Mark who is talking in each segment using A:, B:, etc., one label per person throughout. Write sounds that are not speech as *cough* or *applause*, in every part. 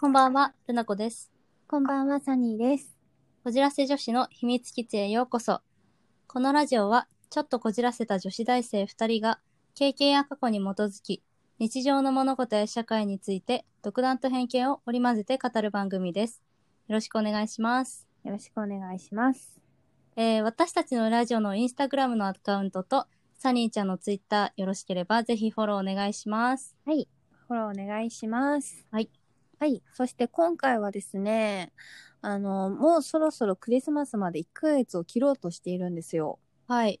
A: こんばんは、ルナコです。
B: こんばんは、サニーです。
A: こじらせ女子の秘密基地へようこそ。このラジオは、ちょっとこじらせた女子大生2人が、経験や過去に基づき、日常の物事や社会について、独断と偏見を織り交ぜて語る番組です。よろしくお願いします。
B: よろしくお願いします。
A: えー私たちのラジオのインスタグラムのアカウントと、サニーちゃんのツイッターよろしければぜひフォローお願いします。
B: はい。フォローお願いします。
A: はい。
B: はい。そして今回はですね、あの、もうそろそろクリスマスまで1ヶ月を切ろうとしているんですよ。
A: はい。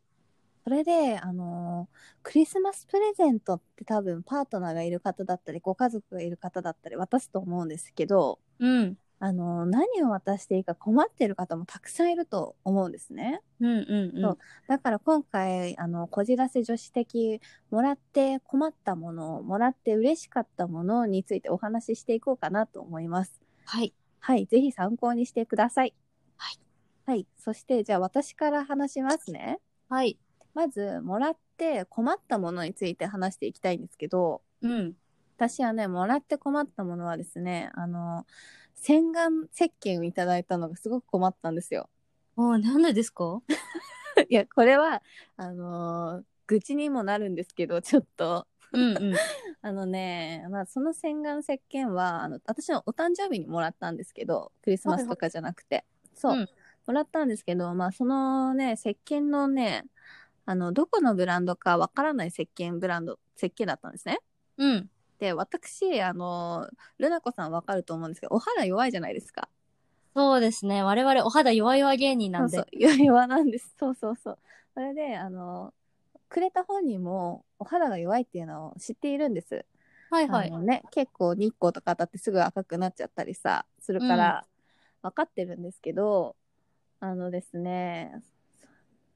B: それで、あの、クリスマスプレゼントって多分パートナーがいる方だったり、ご家族がいる方だったり渡すと思うんですけど、
A: うん。
B: あの、何を渡していいか困ってる方もたくさんいると思うんですね。
A: うんうんう
B: そ
A: ん
B: う。だから今回あのこじらせ女子的もらって困ったものもらって嬉しかったものについてお話ししていこうかなと思います。
A: はい。
B: はい、ぜひ参考にしてください。
A: はい。
B: はい、そしてじゃあ私から話しますね。
A: はい。
B: まずもらって困ったものについて話していきたいんですけど、
A: うん。
B: 私はねもらって困ったものはですねあの洗顔石鹸をいただいたのがすごく困ったんですよ。 *laughs*
A: おーなんでですか
B: いやこれはあのー愚痴にもなるんですけどちょっと
A: うんうん。
B: あのね、まあ、その洗顔石鹸はあの私のお誕生日にもらったんですけどクリスマスとかじゃなくてそう、
A: うん
B: もらったんですけど、まあ、そのね石鹸のねあのどこのブランドかわからない石鹸ブランド石鹸だったんですね
A: うん。
B: で私あのルナ子さんわかると思うんですけどお肌弱いじゃないですか
A: そうですね。我々お肌弱々芸人なんで。
B: そうそう *laughs* 弱々なんですそうそうそうそれであのくれた本人もお肌が弱いっていうのを知っているんです
A: はいはい
B: あ。のね、結構日光とか当たってすぐ赤くなっちゃったりさするから分かってるんですけど、あのですね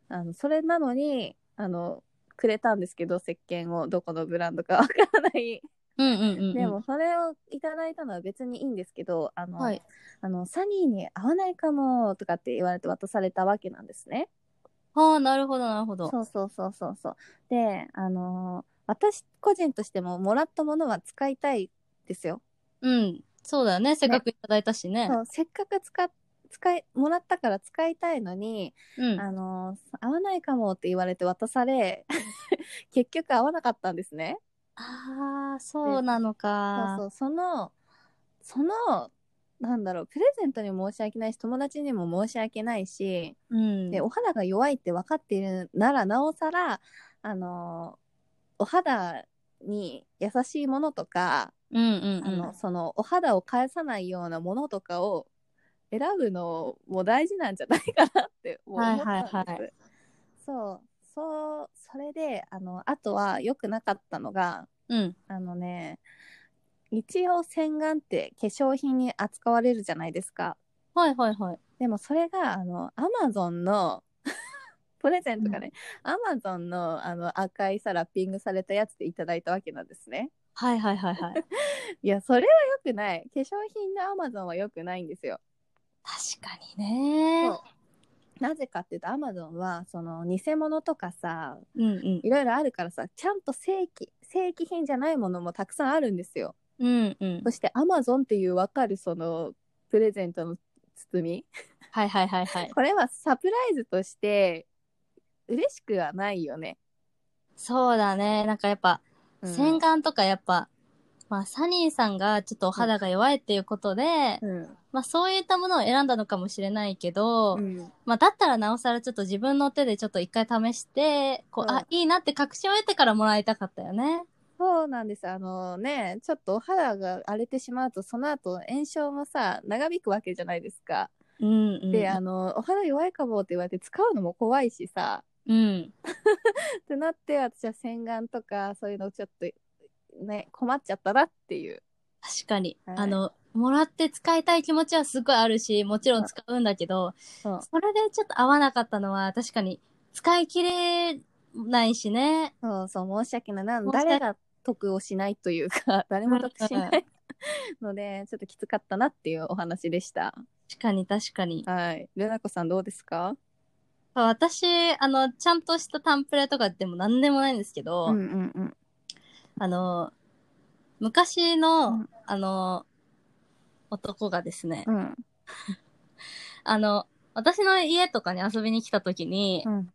B: あのそれなのにあのくれたんですけど石鹸をどこのブラン
A: *laughs*
B: ドか分からない
A: うんうんうんうん。
B: でもそれをいただいたのは別にいいんですけどあの、
A: はい。
B: あのサニーに合わないかもとかって言われて渡されたわけなんですね。
A: はあ、なるほどなるほど。
B: そうそうそうそうそう。であの私個人としてももらったものは使いたいですよ。
A: うん。そうだよね。せっかくいただいたしね。
B: そうせっかく使っ使いもらったから使いたいのに、
A: うん。
B: あの合わないかもって言われて渡され *laughs* 結局合わなかったんですね。
A: ああ、そうなのか。
B: そうそうそのそのなんだろうプレゼントにも申し訳ないし友達にも申し訳ないし、
A: うん。
B: でお肌が弱いって分かっているならなおさらあのお肌に優しいものとか、
A: うんうん
B: あ
A: うん。
B: のそのお肌を返さないようなものとかを選ぶのも大事なんじゃないかなってもう思ったんです、
A: はいはいは
B: そうそうそれであのあとは良くなかったのが
A: うん。
B: あのね一応洗顔って化粧品に扱われるじゃないですか
A: はいはいはい。
B: でもそれがあのアマゾンの *laughs* プレゼントがね、アマゾンのあの赤いさラッピングされたやつでいただいたわけなんですね
A: はいはいはいはい。確
B: いやそれは良くない化粧品のアマゾンは良くないんですよ
A: かにね。
B: そうなぜかっていうとアマゾンはその偽物とかさ
A: うんうん。
B: いろいろあるからさちゃんと正規正規品じゃないものもたくさんあるんですよ
A: うんうん
B: そ。してアマゾンっていう分かるそのプレゼントの包み
A: はいはいはいはい。
B: これはサプライズとして嬉しくはないよね、
A: そうだね。なんかやっぱ、
B: うん
A: 洗顔とかやっぱ、まあ、サニーさんがちょっとお肌が弱いっていうことで、
B: うん
A: まあ、そういったものを選んだのかもしれないけど、
B: うん
A: まあ、だったらなおさらちょっと自分の手でちょっと一回試して、こう、
B: うん
A: あ、いいなって確信を得てからもらいたかったよね。
B: そうなんですあのねちょっとお肌が荒れてしまうとその後炎症もさ長引くわけじゃないですか、
A: うん、うん。
B: であのお肌弱いかもって言われて使うのも怖いしさ *laughs*
A: うん。
B: ってなって私は洗顔とかそういうのちょっとね困っちゃったなっていう
A: 確かに。
B: はい
A: あの、もらって使いたい気持ちはすごいあるし、もちろん使うんだけど、
B: そう
A: それでちょっと合わなかったのは確かに使い切れないしね。
B: そうそう申し訳ないな
A: 申し訳ない
B: 誰が得をしないというか *laughs* 誰も得しない *laughs* のでちょっときつかったなっていうお話でした
A: 確かに確かに。
B: はいルナコさんどうですか
A: 私、あの、ちゃんとしたタンプレとかでも何でもないんですけど、
B: んうん
A: あの、昔の、
B: うん
A: あの、男がですね、
B: うん。
A: あの、私の家とかに遊びに来た時に、
B: うん。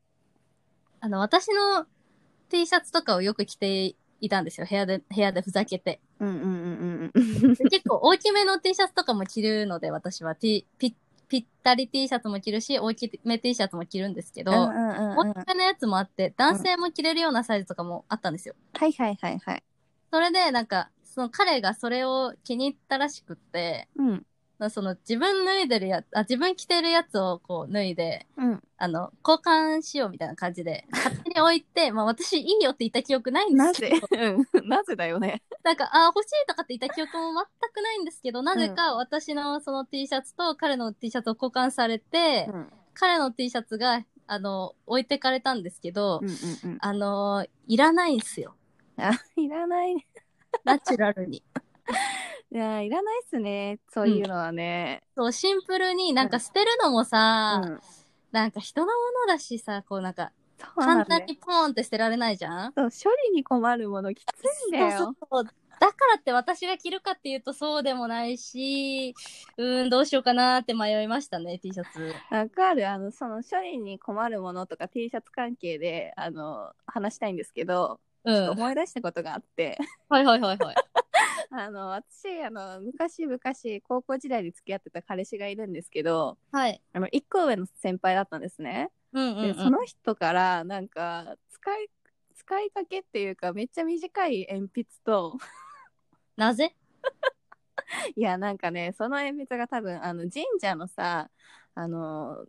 A: あの、私の T シャツとかをよく着ていたんですよ。部屋で、部屋でふざけて。
B: うんうんうんうん
A: で結構大きめの T シャツとかも着るので、私は T、ぴぴったり T シャツも着るし、大きめ T シャツも着るんですけど、
B: うん。うんうんうんう
A: 大
B: ん。
A: きめのやつもあって、男性も着れるようなサイズとかもあったんですよ。
B: はいはいはいはい。
A: それで、なんか、その彼がそれを気に入ったらしくって、
B: うん。
A: その自分脱いでるやつ、あ、自分着てるやつをこう脱いで、
B: うん。
A: あの、交換しようみたいな感じで、勝手に置いて、まあ私いいよって言った記憶ないんで
B: *laughs* な
A: すけ
B: ぜ
A: ど、
B: うん。なぜだよね。
A: なんか、あー、欲しいとかって言った記憶も全くないんですけど、なぜか私のその T シャツと彼の T シャツを交換されて、
B: うん。うん
A: 彼の T シャツが、あの、置いてかれたんですけど、
B: うんうん。
A: あのーいらないんすよ。
B: あ、いらないね。
A: ナチュラルに。
B: いや、いらないっすね。そういうのはね。
A: そう、シンプルになん
B: う
A: か
B: ん
A: 捨てるのもさ、
B: うん
A: なんか人のものだしさ、こうなんか、
B: そうな
A: 簡
B: んだ
A: 単
B: よ
A: にポーンって捨てられないじゃん
B: そう処理に困るものきついんだ
A: そう
B: よ。
A: そうだからって私が着るかっていうとそうでもないし、うーん、どうしようかなって迷いましたね、T シャツ。
B: わかる。あの、その処理に困るものとか T シャツ関係で、あの、話したいんですけど、
A: う
B: ちょっと
A: ん。
B: 思い出したことがあって、 *laughs*
A: はいはいはいはい。
B: あの、私、あの、昔々、高校時代に付き合ってた彼氏がいるんですけど、
A: はい。
B: あの、一個上の先輩だったんですね。
A: うんうん、う
B: で、
A: ん。
B: その人から、なんか、使い、使いかけっていうか、めっちゃ短い鉛筆と、
A: なぜ
B: いや、なんかね、その鉛筆が多分、あの、神社のさ、あの、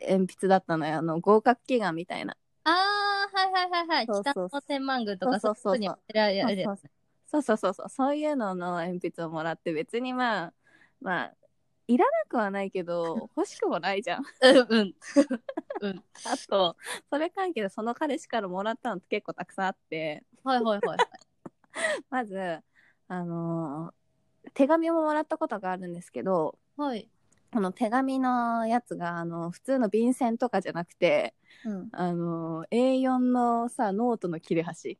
B: 鉛筆だったのよ。あの、合格祈願みたいな。
A: あー、はいはいはいはい。
B: そうそうそう
A: 北の天満宮とか、
B: そうそうそうそう
A: いのに捨てられるやつ
B: そうそうそうそうそういうのの鉛筆をもらって別にまあまあいらなくはないけど欲しくもないじゃん *laughs*
A: うんうん。
B: あとそれ関係でその彼氏からもらったのって結構たくさんあって
A: はいはいはい。
B: まずあのー手紙ももらったことがあるんですけど
A: はい。
B: この手紙のやつがあの普通の便箋とかじゃなくて
A: うん。
B: あのー A4 のさノートの切れ *laughs* 端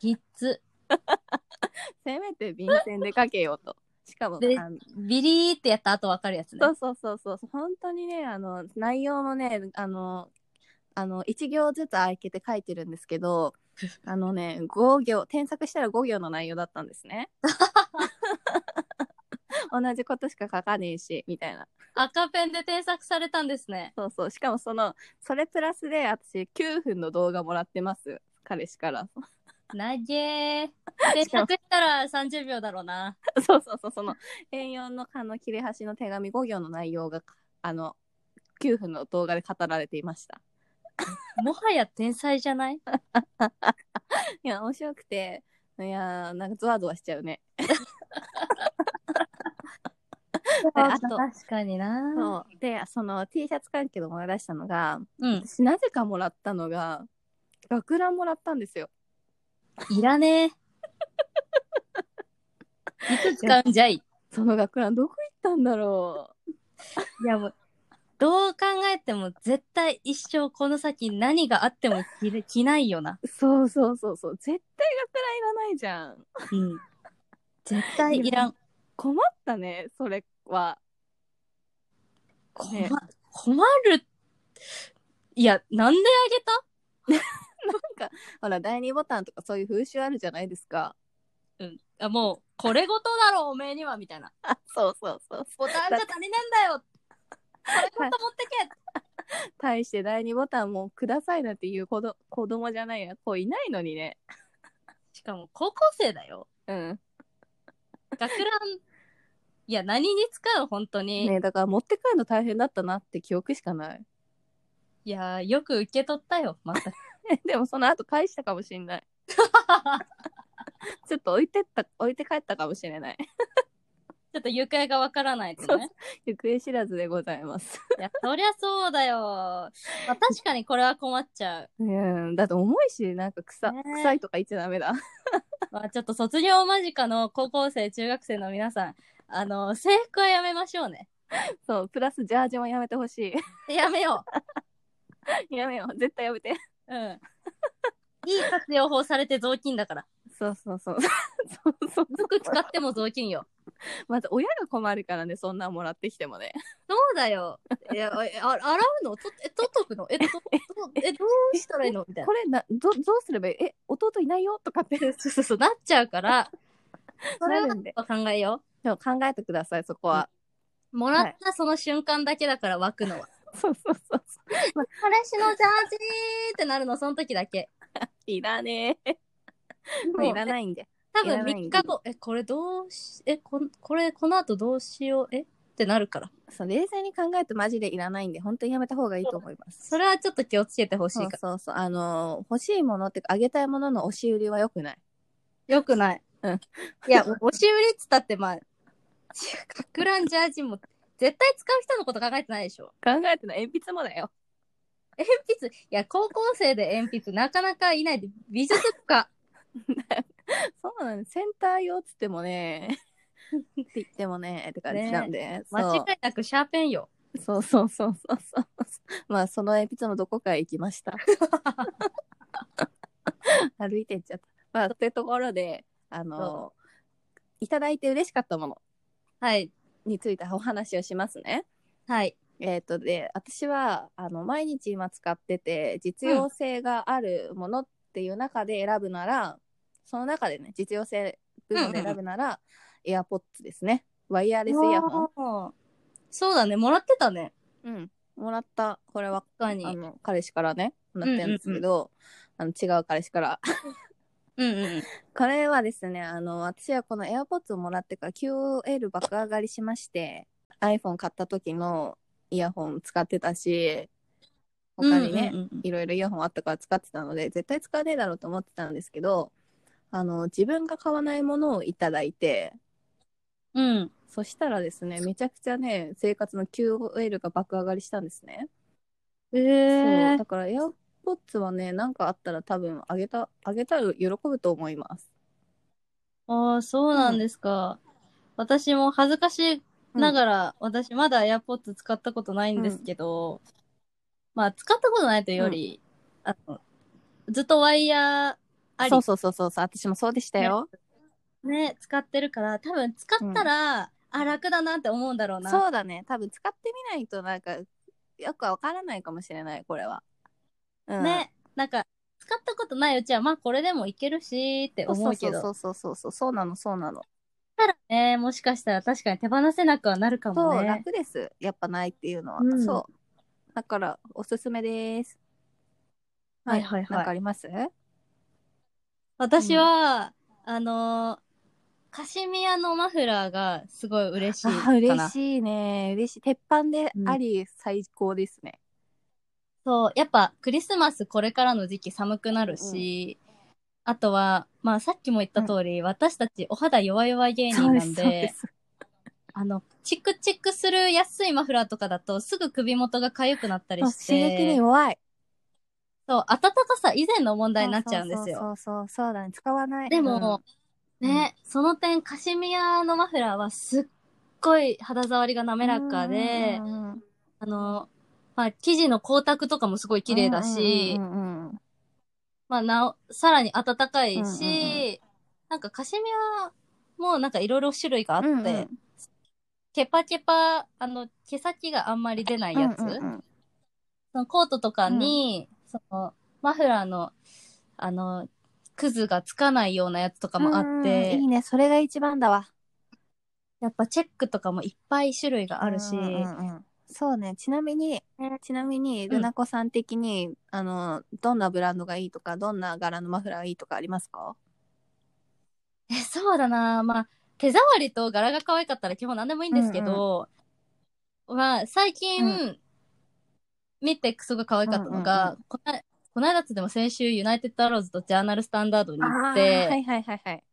A: キッズ。
B: せめて便箋で書けようとしかも
A: で
B: あの
A: ビリーってやった後わかるやつね
B: そ。うそうそうそう本当にねあの内容もねあのあの1行ずつ開けて書いてるんですけ *laughs* どあのね5行添削したら5行の内容だったんですね *laughs* 同じことしか書かねえしみたいな
A: 赤ペンで添削されたんですね。
B: そうそうしかもそのそれプラスで私9分の動画もらってます彼氏から
A: なげー。添
B: しかも
A: 削したら30秒だろうな。
B: *laughs* そうそうそうその A4 のあの切れ端の手紙5行の内容があの9分の動画で語られていました *laughs*
A: もはや天才じゃない
B: いや、面白くて、いやー、なんかゾワゾワしちゃうね。であと
A: 確かにな。
B: そう。で、その T シャツ関係で思い出したのが、
A: うん。
B: 私なぜかもらったのが、学ランもらったんですよ。
A: いらねえ。いつ使うんじゃい。い
B: その学ランどこ行ったんだろ
A: やもう、どう考えても絶対一生この先何があっても着れ着ないよな。
B: う。そうそうそうそう。絶対学ランいらないじゃん。
A: うん。絶対いらん。
B: 困ったね、それは。
A: 困
B: ね
A: 困る。いや、なんで
B: *laughs* ほら、第二ボタンとかそういう風習あるじゃないですか。
A: あげたうん。あ、もう、これごとだろ、おめえには、みたいな。
B: あ、そうそうそうそ
A: ボタンじゃ足りねえんだよ。これごと持ってけ。
B: う。対して第二ボタンもくださいなんていう子ど *laughs* 子供じゃないや、子いないのにね。
A: しかも、高校生だよ。
B: うん。
A: 学ラン、いや、何に使う、本当に。
B: ねだから持って帰るの大変だったなって記憶しかない。 *laughs*
A: いやー、よく受け取ったよ、また。 *laughs*
B: でもその後返したかもしんない。ちょっと置いてった、置いて帰ったかもしれない。 *laughs*
A: ちょっと行方がわからないとね。
B: 行方知らずでございます。 *laughs*
A: いや、そりゃそうだよ。まあ、確かにこれは困っちゃう。
B: うん、だって重いし、なんか臭、
A: ね
B: 臭いとか言っちゃダメだ。 *laughs*
A: まあ、ちょっと卒業間近の高校生、中学生の皆さん、あの、制服はやめましょうね。
B: そう、プラスジャージもやめてほし
A: やめよ
B: い。 *laughs* やめよう、絶対やめて。
A: う。うん。 *laughs* いい活用法されて雑巾だから。
B: *laughs* そうそうそう。そうそう。 *laughs*
A: 服使っても雑巾よ。
B: まず親が困るからねそんなんもらってきてもね
A: そうだよ。いや、あえあ洗うのとえ取っとくのえどどえ、どうしたらいいのみたいな
B: こ。れなどどうすればいいえ弟いないよとかって
A: そうそうそう、なっちゃうから、それは
B: なるんで
A: 考えよ
B: でも考えてくださいそこは、
A: う。もらったその瞬間だけだから湧くのは。
B: そうそうそうそ
A: 彼氏のジャージーってなるの、その時だけ。
B: ういらねえもういらないんで
A: 多
B: い
A: 分
B: らない
A: 3日後、え、これどうし、え、こんこれ、この後どうしよう、えってなるから。
B: そう冷静に考えてマジでいらないんで本当にやめた方がいいと思います
A: それはちょっと気をつけてほしい
B: そう
A: か
B: そうそうあのー欲しいものっていうかあげたいものの押し売りは良くない
A: ら。よくない。
B: うん。
A: *laughs* いや、もう押し売りっつったって、まあ、かくらんジャージも、絶対使う人のこと考えてないでしょ。
B: 考えてない鉛筆もだよ
A: 鉛筆、いや、高校生で鉛筆、なかなかいないで、美術部 *laughs* か。
B: そうなんですセンター用っつっても *laughs* ねって言ってもねって感じなんで、そう
A: 間違いなくシャーペンよ。
B: そうそうそうそうそうまあその鉛筆のどこかへ行きました歩いてっちゃったまあというところであのいただいて嬉しかったもの
A: はい。
B: についてお話をしますね
A: はい。
B: えっ、とで私はあの毎日今使ってて実用性があるものっていう中で選ぶなら、その中でね実用性部分で選ぶなら、AirPods ですねワイヤレスイヤホン
A: ン。そうだね、もらってたね。
B: うん、もらったこれは
A: 確かに
B: あの彼氏からねもらってるんですけど、あの違う彼氏から *laughs*
A: うんうん。
B: これはですねあの私はこの AirPods をもらってから QOL 爆上がりしまして iPhone 買った時のイヤホン使ってたし他にね、
A: うんうんうん
B: いろいろイヤホンあったから使ってたので絶対使わねえだろうと思ってたんですけどあの自分が買わないものをいただいて
A: うん。うん。
B: そしたらですねめちゃくちゃね生活の QOL が爆上がりしたんですね。そ
A: え
B: う
A: ー
B: だから AirPods はね何かあったら多分あげたあげたら喜ぶと思います
A: ああ、そうなんですか。私も恥ずかしながら、私まだ AirPods 使ったことないんですけど、まあ、使ったことないというより、あのずっとワイヤーあり
B: そうそうそうそうそう私もそうでしたよ、
A: ね、使ってるから、多分使ったら、あ、楽だなって思うんだろうな。
B: そうだね多分使ってみないとなんかよくわからないかもしれないこれは、うん、
A: ね、なんか、使ったことないうちは、まあこれでもいけるしって
B: そう
A: 思
B: そう
A: うけ
B: そ
A: ど、
B: うそうそうそうそうなのそうなの、
A: ね、もしかしたら確かに手放せなくはなるかも
B: そう
A: ね。
B: 楽ですやっぱないっていうのは、
A: うん
B: そうだからおすすめです
A: はいはいはい
B: なんかあります
A: 私は、あのーカシミヤのマフラーがすごい嬉しい
B: あ
A: かな。
B: 嬉しいね嬉しい鉄板であり最高ですね、
A: そう、やっぱクリスマスこれからの時期寒くなるし、あとは、まあさっきも言った通り、私たちお肌弱々芸人なん
B: そうで
A: で、
B: す
A: あの、チクチクする安いマフラーとかだとすぐ首元が痒くなったり
B: そう
A: し
B: です
A: て、
B: 刺激に弱い
A: そう、暖かさ以前の問題になっちゃうんですよ。
B: そうそうそうそうそうだね使わない
A: でも、
B: うん
A: ね、その点、カシミヤのマフラーはすっごい肌触りが
B: うん
A: 滑らかで、
B: うんうんうん
A: あの、まあ、生地の光沢とかもすごい綺麗だし、
B: うんうんうん
A: まあ、なお、さらに暖かいし、
B: うんうんう
A: なんかカシミヤもなんかいろいろ種類があって、
B: うんうん
A: ケパケパ、あの、毛先があんまり出ないやつ、
B: うんうんうん
A: そのコートとかに、その、マフラーの、あの、クズがつかないようなやつとかもあって、
B: うんいいねそれが一番だわ
A: やっぱチェックとかもいっぱい種類があるし、
B: うんうんうんそうねちなみにちなみに
A: ん
B: ルナコさん的に、あのどんなブランドがいいとかどんな柄のマフラーがいいとかありますか
A: え、 *laughs* そうだなまあ、手触りと柄が可愛かったら基本何でもいいんですけど、まあ、最近、
B: う
A: 見てすごい可愛かったのが、
B: うん
A: こなこの間つでも先週ユナイテッドアローズとジャーナルスタンダードに行っ
B: あーは
A: て、
B: いはいはいはい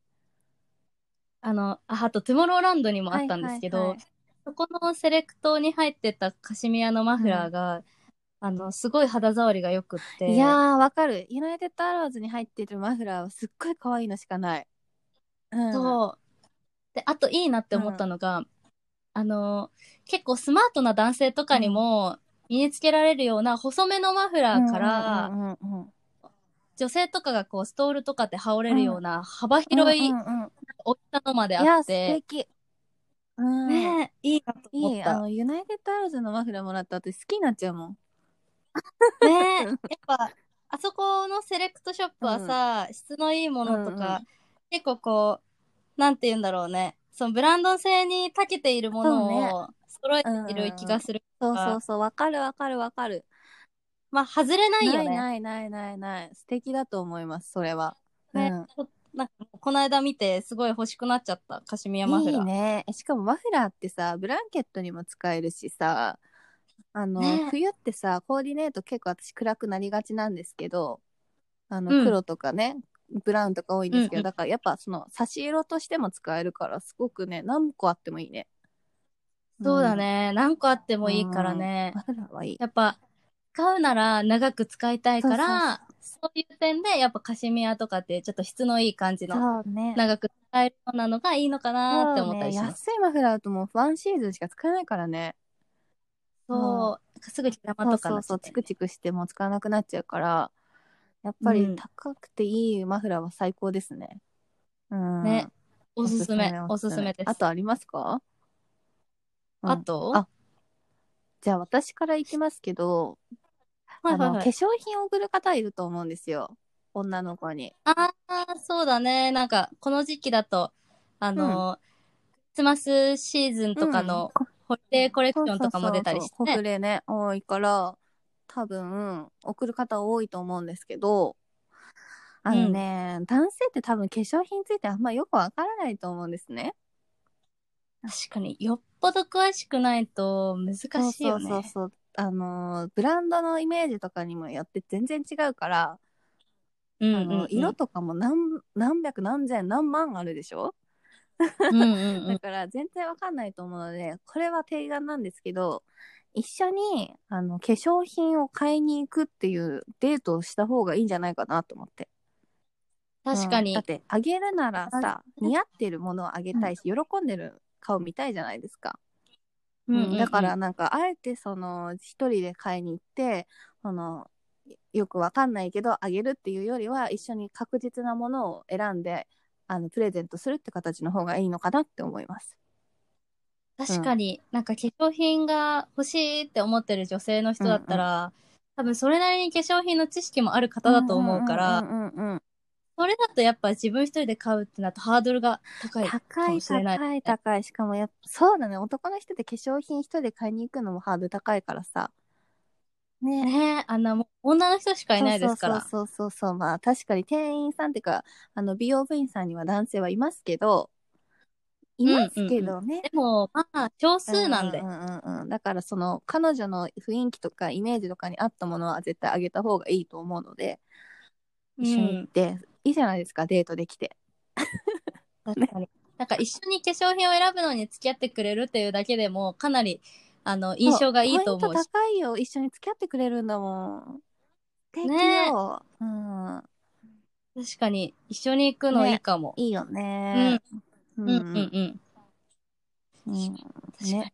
A: あの、ああとトゥモローランドにもあったんですけど、
B: はいはいはい
A: そこのセレクトに入ってたカシミヤのマフラーが、あの、すごい肌触りが良くって。
B: いやーわかるユナイテッドアローズに入ってるマフラーはすっごい可愛いのしかない、うん、
A: そう。で、あといいなって思ったのが、あの、結構スマートな男性とかにも身につけられるような細めのマフラーから、
B: うんうんうんうん
A: 女性とかがこうストールとかで羽織れるような幅広い
B: うんうんうん
A: 大きさのまで
B: い
A: あっ
B: や素
A: て、
B: 敵うん
A: ねえ、いいなと思
B: い
A: っ
B: い、
A: た。
B: あの、ユナイテッドアローズのマフラーもらった私好きになっちゃうもん。
A: ねえ、 *laughs* やっぱ、あそこのセレクトショップはさ、質のいいものと
B: うんう
A: か、結構こう、なんて言うんだろうね。そのブランド性に長けているものを揃えている気がする。
B: そうそうそう、わかるわかるわかる。
A: まあ、外れないよね。
B: ないないないない。素敵だと思います、それは。
A: ね
B: うん
A: なんかもうこの間見て、すごい欲しくなっちゃった、カシミヤマフラー。
B: いいね。しかもマフラーってさ、ブランケットにも使えるしさ、あの、
A: ね
B: 冬ってさ、コーディネート結構私暗くなりがちなんですけど、あ
A: うん
B: の、黒とかね、ブラウンとか多いんですけ
A: うん
B: ど、
A: うん
B: だからやっぱその差し色としても使えるから、すごくね、何個あってもいいね。
A: そうだね。何個あってもいいから
B: う
A: ね
B: ん。。マフラーはいい。
A: やっぱ、使うなら長く使いたいから、そういう点で、やっぱカシミヤとかって、ちょっと質のいい感じの、
B: そうね。
A: 長く使えるようなのがいいのかなって思ったりします。
B: 安いマフラーだともうワンシーズンしか使えないからね。
A: そう,、なんかすぐ邪魔
B: そう
A: とか
B: そ
A: な
B: う
A: っちゃ
B: そう、
A: って
B: チクチクしてもう使わなくなっちゃうから、やっぱ
A: う
B: り
A: ん
B: 高くていいマフラーは最高ですね。うん。
A: ねおすすめ、おすすめです。
B: あとありますかうん
A: あと、
B: あじゃあ私からいきますけど、
A: はいはい
B: あの
A: は
B: 化
A: い。
B: 粧品を送る方いると思うんですよ。女の子に。
A: ああ、そうだね。なんか、この時期だと、あの、クリスマスシーズンとかの
B: うん
A: ホリデーコレクションとかも出たりし
B: そうそうそう
A: て
B: 国、礼ね、多いから、多分、送る方多いと思うんですけど、あのね、男性って多分化粧品についてあんまよくわからないと思うんですね。
A: 確かによっぽど詳しくないと難しいよね。
B: そうそうそうそう。あのー、ブランドのイメージとかにもよって全然違うから、
A: うん
B: あ
A: うんうん
B: の色とかも何何百何千何万あるでしょ
A: うんうんう
B: だ
A: ん。
B: から全然わかんないと思うので、これは提案なんですけど、一緒にあの化粧品を買いに行くっていうデートをした方がいいんじゃないかなと思って。
A: 確か
B: うん
A: に
B: だっ。て、あげるならさ、
A: うん
B: 似合ってるものをあげたいし、喜んでる顔見たいじゃないですか。
A: うんうんうん
B: だから、なんかあえてその一人で買いに行ってそのよくわかんないけどあげるっていうよりは一緒に確実なものを選んであのプレゼントするって形の方がいいのかなって思います。
A: 確かに、なんか化粧品が欲しいって思ってる女性の人だったら、多分それなりに化粧品の知識もある方だと思うから、
B: んうんうんうん
A: それだとやっぱ自分一人で買うってなるとハードルが高いか
B: 高
A: も
B: い
A: しれない。
B: 高い高いしかもやっぱそうだね男の人って化粧品一人で買いに行くのもハードル高いからさね
A: ねえ、あんなもう女の人しかいないですから。
B: そうそうそうそうそうまあ確かに店員さんっていうかあの美容部員さんには男性はいますけどいますけどね、
A: でも、まあ、少数なんで
B: う。んうんうんだからその彼女の雰囲気とかイメージとかに合ったものは絶対あげた方がいいと思うので、一緒に行っていいじゃないですかデートできて
A: 確かに。なんか一緒に化粧品を選ぶのに付き合ってくれるっていうだけでも、かなり、あの、 *laughs* 印象がいいと思
B: ポ
A: う
B: イン
A: し
B: ト。高いよ一緒に付き合ってくれるんだもん素敵
A: ね
B: よ、うん
A: 確かに、一緒に行くのいいかも。
B: いいよねう
A: うんうんうん。
B: うん
A: 確かに。
B: ね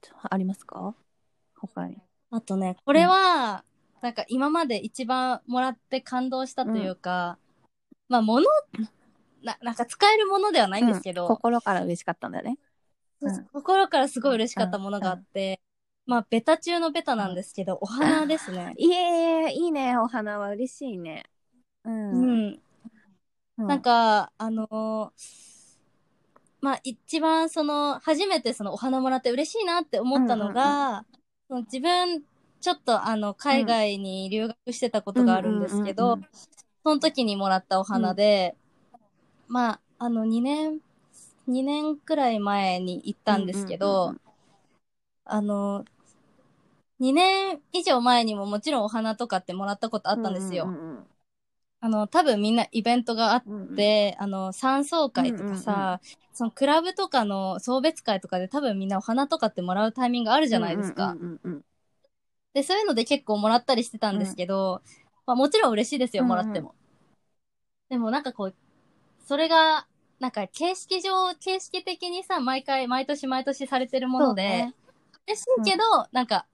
B: ちょありますか他に
A: あとね、これは、なんか今まで一番もらって感動したというか、まあ物、な、なんか使えるものではないんですけ
B: う
A: ど、
B: ん心から嬉しかったんだよねうん
A: 心からすごい嬉しかったものがあって、まあベタ中のベタなんですけど、お花ですね。
B: いえいえいいねお花は嬉しいね *laughs* うん
A: う、。
B: うん
A: なんか、あのーまあ一番その、初めてそのお花もらって嬉しいなって思ったのが、その自分、ちょっとあの、海外に留学してたことがあるんですけ
B: うんうん
A: ど
B: うんうん、
A: その時にもらったお花で、まあ、あの、2年、2年くらい前に行ったんですけど、
B: うんうんうん
A: あの、2年以上前にももちろんお花とかってもらったことあったんですよ。
B: うんうんうん
A: あの、多分みんなイベントがあっ
B: うんうん、
A: て、あの、山荘会とかさ、そのクラブとかの送別会とかで多分みんなお花とかってもらうタイミングあるじゃないですか。
B: うんうんうんうん
A: で、そういうので結構もらったりしてたんですけど、まあもちろん嬉しいですよ、
B: うん
A: も
B: うん
A: らっても。でもなんかこう、それが、なんか形式上、形式的にさ、毎回、毎年毎年されてるもので、嬉しいけど、なんか、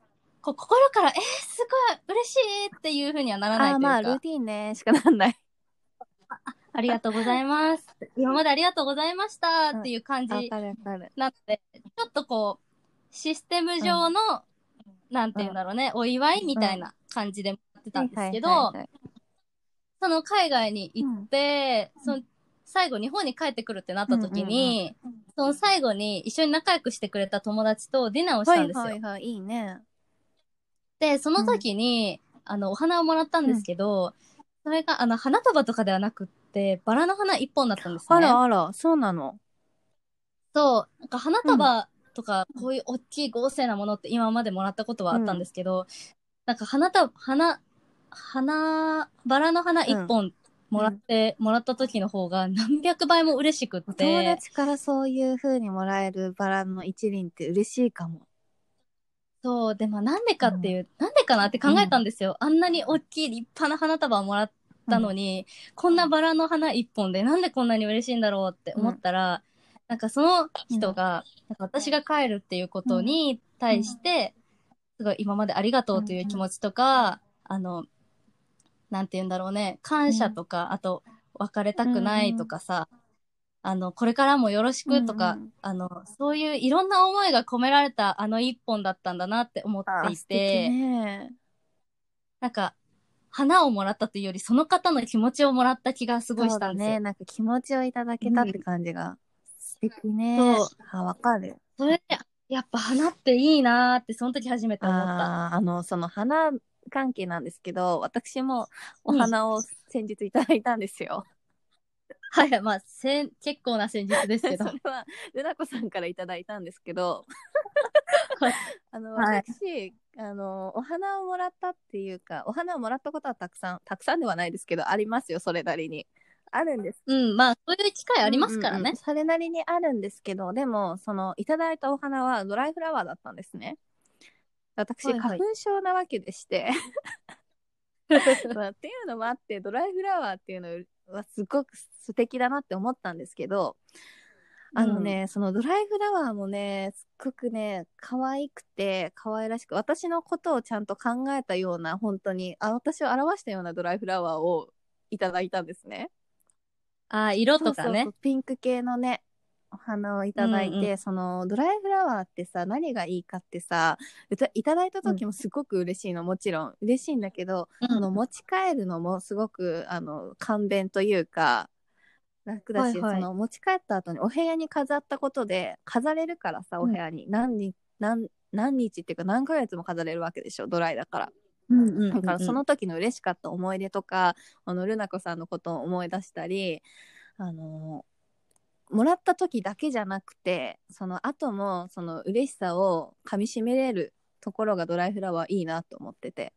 A: こう心から、えー、すごい嬉しいっていうふうにはなら
B: そうね
A: ないと
B: あーまあ
A: いう
B: ルー
A: か、
B: ティンねしかなんない
A: ありがとうございます。今までありがとうございましたっていう感
B: *laughs* わ
A: じ
B: かるわかる。
A: なので、ちょっとこう、システム上の、なんて言うんだろうね、お祝いみたいな感じでもらってたんですけど、
B: はいはいはいはい
A: その海外に行って、
B: ん
A: その最後日本に帰ってくるってなった時に、その最後に一緒に仲良くしてくれた友達とディナーをしたんですよ。
B: はいはいはい、いいね。
A: で、その時に、あの、お花をもらったんですけど、それが、あの、花束とかではなくって、バラの花一本だったんですね。
B: あらあら、そうなの。
A: そう、なんか花束とか、こういう大きい豪勢なものって今までもらったことはあったんですけど、なんか花束、花、花、バラの花一本もらって、もらった時の方が何百倍も嬉しくっ
B: お友
A: て、
B: 達からそういう風にもらえるバラの一輪って嬉しいかも。
A: そう、でもなんでかっていう、なんでかなって考えたんですよ。あんなに大きい立派な花束をもらったのに、こんなバラの花一本でなんでこんなに嬉しいんだろうって思ったら、なんかその人が、なんか私が帰るっていうことに対して、すごい今までありがとうという気持ちとか、あの、なんて言うんだろうね、感謝とか、あと別れたくないとかさ、あの、これからもよろしくとか、
B: うんうん
A: あの、そういういろんな思いが込められたあの一本だったんだなって思ってい
B: 素
A: て、
B: 敵ね。
A: なんか、花をもらったというより、その方の気持ちをもらった気がすごいしたんですよ。
B: ね。なんか気持ちをいただけたって感じが。素敵ね。
A: そう
B: あ、わかる。
A: それで、やっぱ花っていいなーって、その時初めて思った。
B: あーあの、その花関係なんですけど、私もお
A: うん
B: 花を先日いただいたんで
A: *laughs*
B: すよ。
A: はい、まあ、せん結構な戦術です
B: *laughs* そ
A: け
B: れ
A: ど。
B: は、ルナコさんからいただいたんですけど
A: はい、
B: あの、
A: はい
B: 私、あの、お花をもらったっていうか、お花をもらったことはたくさん、たくさんではないですけど、ありますよ、それなりに。あるんです
A: うん、まあ、そういう機会ありますからね。
B: うんうんうんそれなりにあるんですけど、でも、その、いただいたお花はドライフラワーだったんですね。私、
A: はいはい
B: 花粉症なわけでして、 *laughs* まあっていうのもあって、ドライフラワーっていうのはすごく素敵だなって思ったんですけど、あのね、そのドライフラワーもね、すっごくね、可愛くて、可愛らしく、私のことをちゃんと考えたような、本当に、あ、私を表したようなドライフラワーをいただいたんですね。
A: ああ、色とか
B: そうそう
A: ね
B: そう。ピンク系のねお花をいただいて、
A: うんう
B: そのドライフラワーってさ何がいいかってさいたいただいた時もすごく嬉しいの、もちろん嬉しいんだけど、
A: うん
B: あの持ち帰るのもすごくあの簡便というか楽だし、
A: はいはい
B: その持ち帰った後にお部屋に飾ったことで飾れるからさお部屋に、何日何何日っていうか何ヶ月も飾れるわけでしょドライだから。
A: うんうんうんうん
B: だからその時の嬉しかった思い出とか、あのルナコさんのことを思い出したり、あのもらった時だけじゃなくて、その後もその嬉しさを噛み締めれるところがドライフラワーいいなと思ってて。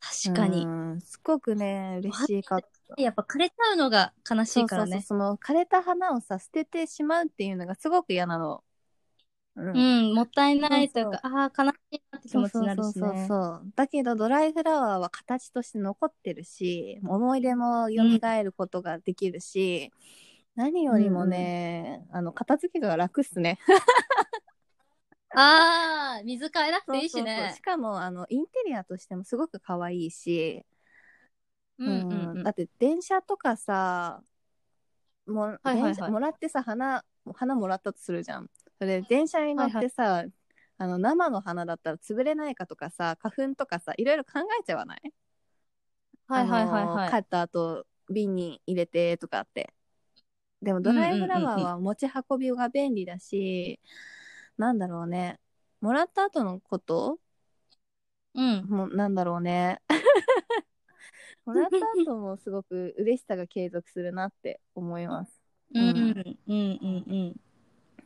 A: 確かに
B: う。ん。すごくね、嬉しいかった。
A: やっぱ枯れちゃうのが悲しいからね。
B: そうそうそう、その枯れた花をさ、捨ててしまうっていうのがすごく嫌なの。うん
A: うん、もったいないというか、ああ、悲しいなって気
B: そう
A: 持ち
B: そ
A: に
B: う
A: なるし
B: そうそう
A: ね。
B: そうだけどドライフラワーは形として残ってるし思い出も蘇ることができるし、何よりもね、あの片付けが楽っすね。
A: ああ、水変えなくていい
B: *laughs*
A: し
B: そうそうそう
A: ね
B: し。かもあのインテリアとしてもすごく可愛いし、
A: うんうんうん
B: だ。って電車とかさも,、
A: はいはいはい
B: 電車もらってさ花花もらったとするじゃん。それで電車に乗ってさ、あの生の花だったら潰れないかとかさ花粉とかさいろいろ考えちゃわない
A: はいはいはい
B: あの
A: は
B: 買
A: い。
B: った後瓶に入れてとかってでもドライフラワーは持ち運びが便利だし、なんだろうねもらった後のこと
A: うん。
B: もうなんだろうね *laughs* もらった後もすごく嬉しさが継続するなって思います
A: うん
B: うん
A: うんうん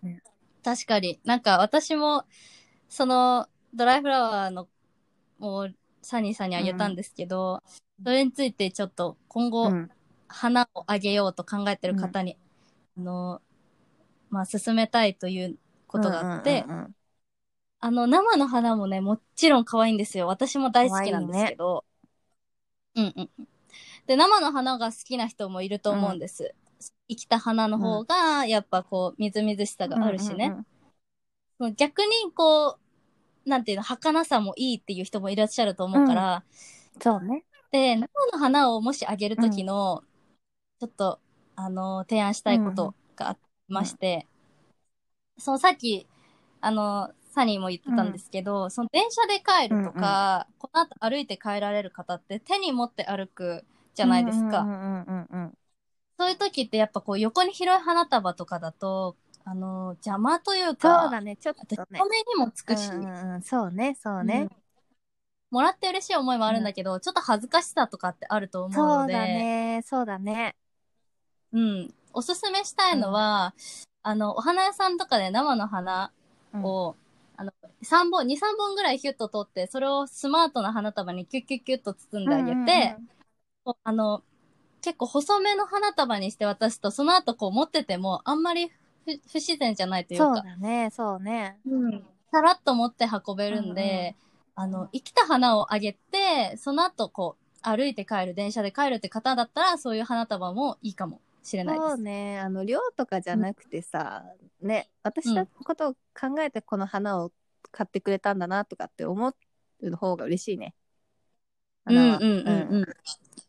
A: う
B: ね
A: ん。確かに。なんか私も、その、ドライフラワーの、をサニーさんにあげたんですけど、それについてちょっと今後、
B: うん
A: 花をあげようと考えてる方に、あの、まあ、進めたいということがあって、
B: うんうんうん
A: あの、生の花もね、もちろん可愛いんですよ。私も大好きなんですけど。うんうん。で、生の花が好きな人もいると思うんです。生きた花の方が、やっぱこう、みずみずしさがあるしね。
B: うんうんうん
A: その逆にこう、なんていうの、儚さもいいっていう人もいらっしゃると思うから、
B: そうね
A: で、生の花をもしあげるときの、ちょっと、あの提案したいことがありまして、そのさっき、あのサニーも言ってたんですけど、その電車で帰るとか、この後歩いて帰られる方って手に持って歩くじ
B: じ
A: ゃないですか。
B: うんうんうんうん
A: そういう時ってやっぱこう横に広い花束とかだと、あの邪魔という
B: そう
A: か、
B: だね、ちょっ
A: 私、
B: とね
A: 人。目にもつくし、
B: うんうんうん、そうね、そうね。
A: うんもらって嬉しい思いもあるんだけど、ちょっと恥ずかしさとかってあると思う
B: そ
A: の
B: う
A: で、
B: だね、そうだね。
A: うん。おすすめしたいのは、あの、お花屋さんとかで生の花を、あの、3本、2、3本ぐらいヒュッと取って、それをスマートな花束にキュッキュッキュッと包んであげて、こうあの、結構細めの花束にして渡すと、その後こう持ってても、あんまり不不自然じゃないという
B: そう
A: か、
B: だね、そうね。
A: うんさらっと持って運べるんで、あの、生きた花をあげて、その後こう、歩いて帰る、電車で帰るって方だったら、そういう花束もいいかもしれないで
B: そ
A: す
B: う。ね、あの量とかじゃなくてさ、ね、私のことを考えてこの花を買ってくれたんだなとかって思う方が嬉しいね。
A: うん
B: 花は
A: うんうんう
B: うん
A: ん。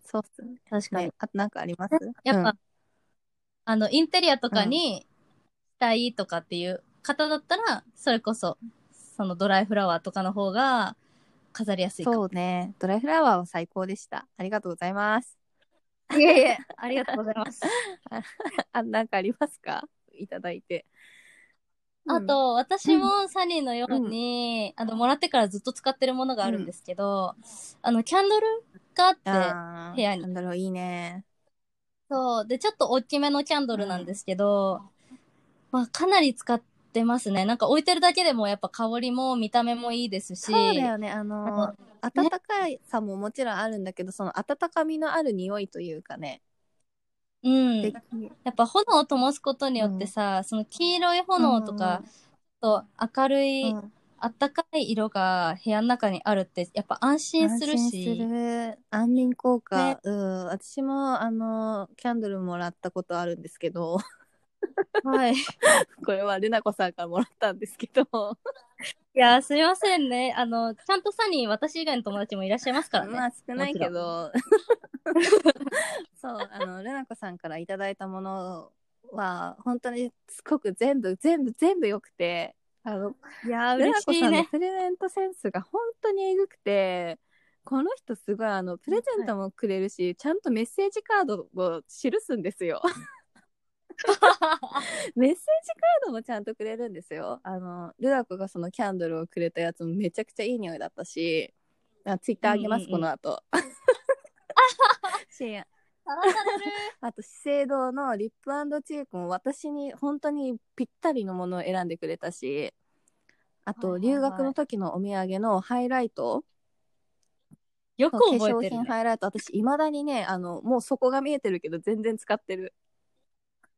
B: そうっすね。
A: 確かに。
B: あとなんかあります
A: やっぱ、
B: うん
A: あの、インテリアとかにしたいとかっていう方だったら、それこそ、そのドライフラワーとかの方が飾りやすいかも。
B: そうね、ドライフラワーは最高でした。ありがとうございます。 *laughs*
A: いえいえ、ありがとうございます。
B: あ、なんかありますかいただいて。
A: *laughs* あと、私もサニーのように、あの、もらってからずっと使ってるものがあるんですけど、あの、キャンドルが
B: うん、
A: あって、
B: あー
A: 部屋に
B: なんだろう、いいね。
A: そう、で、ちょっと大きめのキャンドルなんですけど、まあ、かなり使ってますね。なんか置いてるだけでもやっぱ香りも見た目もいいですし、
B: そうだよね、あ
A: あ
B: の
A: の、
B: 温かいさももちろんあるんだけど、その温かみのある匂いというかね。
A: うん。
B: で
A: やっぱ炎を灯すことによってさ、その黄色い炎とか、と明るい、
B: うん
A: あったかい色が部屋の中にあるって、やっぱ安心する
B: 安
A: し、
B: 心する安眠効果、
A: ね
B: うん私もあのキャンドルもらったことあるんですけど *laughs*
A: *laughs* はい。い
B: これはれなこさんからもらったんですけど、
A: や、すいませんね。あの、ちゃんとサニー、私以外の友達もいらっしゃいますからね。
B: まあ少ないけど *laughs* そうあのれなこさんからいただいたものは本当にすごく全部全部全部良くてあの
A: いや、
B: ル
A: 嬉
B: ナ
A: し
B: コ
A: い
B: さ
A: *laughs*
B: んの *laughs*
A: ね。
B: プレゼントセンスが本当にえぐくてこの人すごいあのプレゼントもくれるし、ちゃんとメッセージカードを記すんです
A: *laughs*
B: よメッセージカードもちゃんとくれるんですよあのルナコがそのキャンドルをくれたやつもめちゃくちゃいい匂いだったしあツイッターあげま
A: う
B: す、
A: んうんうん
B: こ
A: *laughs*
B: の後
A: さら
B: し
A: される。
B: あと資生堂のリップチークも私に本当にぴったりのものを選んでくれたしあ
A: は
B: と
A: いはいはい
B: 留学の時のお土産のハイライト、
A: よ
B: 化
A: く覚
B: 粧
A: えてる、
B: 品
A: ね。
B: ハイライト私いまだにねあのもう底が見えてるけど全然使ってる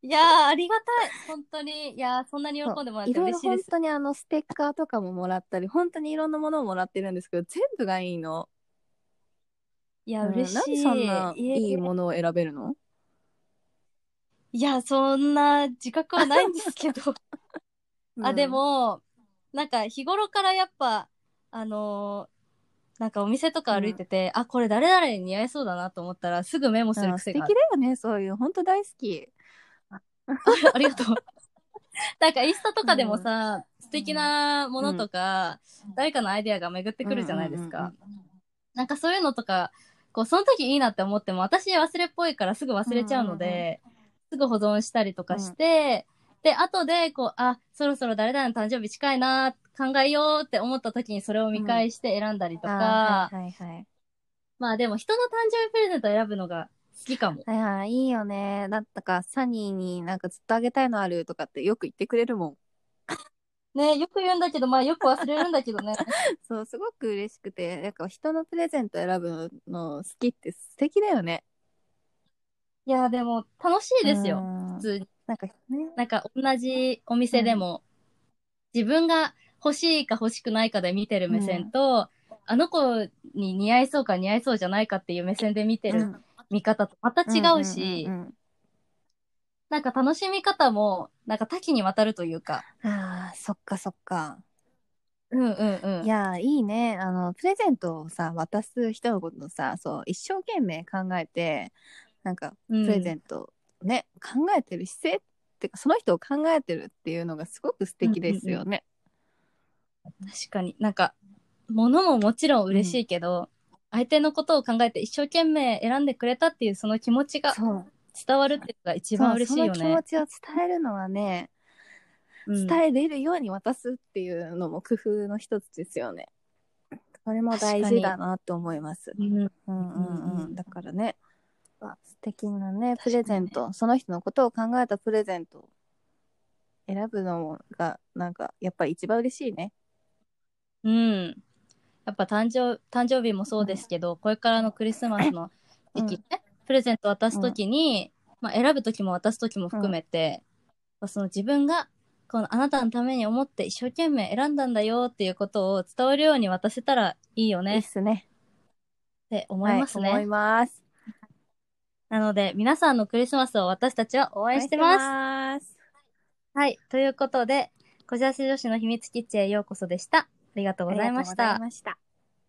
A: いやー、ありがたい。本当に。いやー、そんなに喜んでもらって
B: いろ
A: 嬉
B: いろ
A: しい
B: 本
A: です。
B: 当にあのステッカーとかももらったり本当にいろんなものをもらってるんですけど全部がいいの、
A: いや、
B: うん
A: 嬉しい。
B: なんでそんない
A: え
B: いいものを選べるの
A: いや、そんな自覚はないんですけど。
B: *laughs* う
A: あ、
B: ん
A: でも、なんか日頃からやっぱ、あのーなんかお店とか歩いてて、あ、これ誰々に似合いそうだなと思ったら、すぐメモする
B: うん素
A: 癖
B: 敵
A: が
B: だ
A: ある。
B: よねそういう本当大好き
A: ありがとう。 *laughs* なんかインスタとかでもさ、素敵なものとか、誰かのアイデアが巡ってくるじゃないです
B: うんう
A: か
B: ん。
A: なんかそういうのとか、こう、その時いいなって思っても、私忘れっぽいからすぐ忘れちゃうので、すぐ保存したりとかして、で、後で、こう、あ、そろそろ誰々の誕生日近いな、考えようって思った時にそれを見返して選んだりとか
B: あ、ーはいはいはい
A: まあでも人の誕生日プレゼント選ぶのが好きかも。
B: はいはい、いいよね。だったか、サニーになんかずっとあげたいのあるとかってよく言ってくれるもん。 *laughs*
A: ね、よく言うんだけど、まあよく忘れるんだけどね。
B: そう、すごく嬉しくて、なんか人のプレゼント選ぶの好きって素敵だよね。
A: いや、でも楽しいです
B: う
A: よ。
B: ん
A: 普通に。
B: なんかね、
A: なんか同じお店でも、自分が欲しいか欲しくないかで見てる目線と、あの子に似合いそうか似合いそうじゃないかっていう目線で見てる見方とまた違うし、
B: んんうん
A: なんか楽しみ方も、なんか多岐にわたるというか。
B: うんああ、そっかそっか。
A: うんうんうん。
B: いやー、いいね。あの、プレゼントをさ、渡す人のことをさ、そう、一生懸命考えて、なんか
A: うん
B: プレゼントをね、考えてる姿勢ってかその人を考えてるっていうのがすごく素敵ですよね。
A: 確かになんか物ももちろん嬉しいけど、相手のことを考えて一生懸命選んでくれたっていうその気持ちが
B: そう
A: 伝わるっていうのが一番嬉しいよ
B: そうその気持
A: ね。
B: ちを伝えるのはね、
A: うん
B: 伝えれるように渡すっていうのも工夫の一つですよね。それも大事だなと思います。
A: うん
B: うんうん
A: うん
B: う、
A: うんん
B: だからね素敵なねプレゼント、その人のことを考えたプレゼントを選ぶのがなんかやっぱり一番嬉しいね。
A: うん、やっぱ誕生誕生日もそうですけど、これからのクリスマスの時期ね、プレゼント渡す時に、まあ、選ぶ時も渡す時も含めて、まあその自分がこのあなたのために思って一生懸命選んだんだよっていうことを伝わるように渡せたらいいよ
B: で
A: ね
B: すね。
A: って思いますね。
B: はい、思います。
A: なので皆さんのクリスマスを私たちは応援してます。
B: 応援してます
A: はい。ということで、こじらせ女子の秘密基地へようこそでした。ありがとう
B: あ
A: ご
B: り
A: ざい
B: がと
A: うま
B: ご
A: し
B: ざ
A: た
B: い。ました。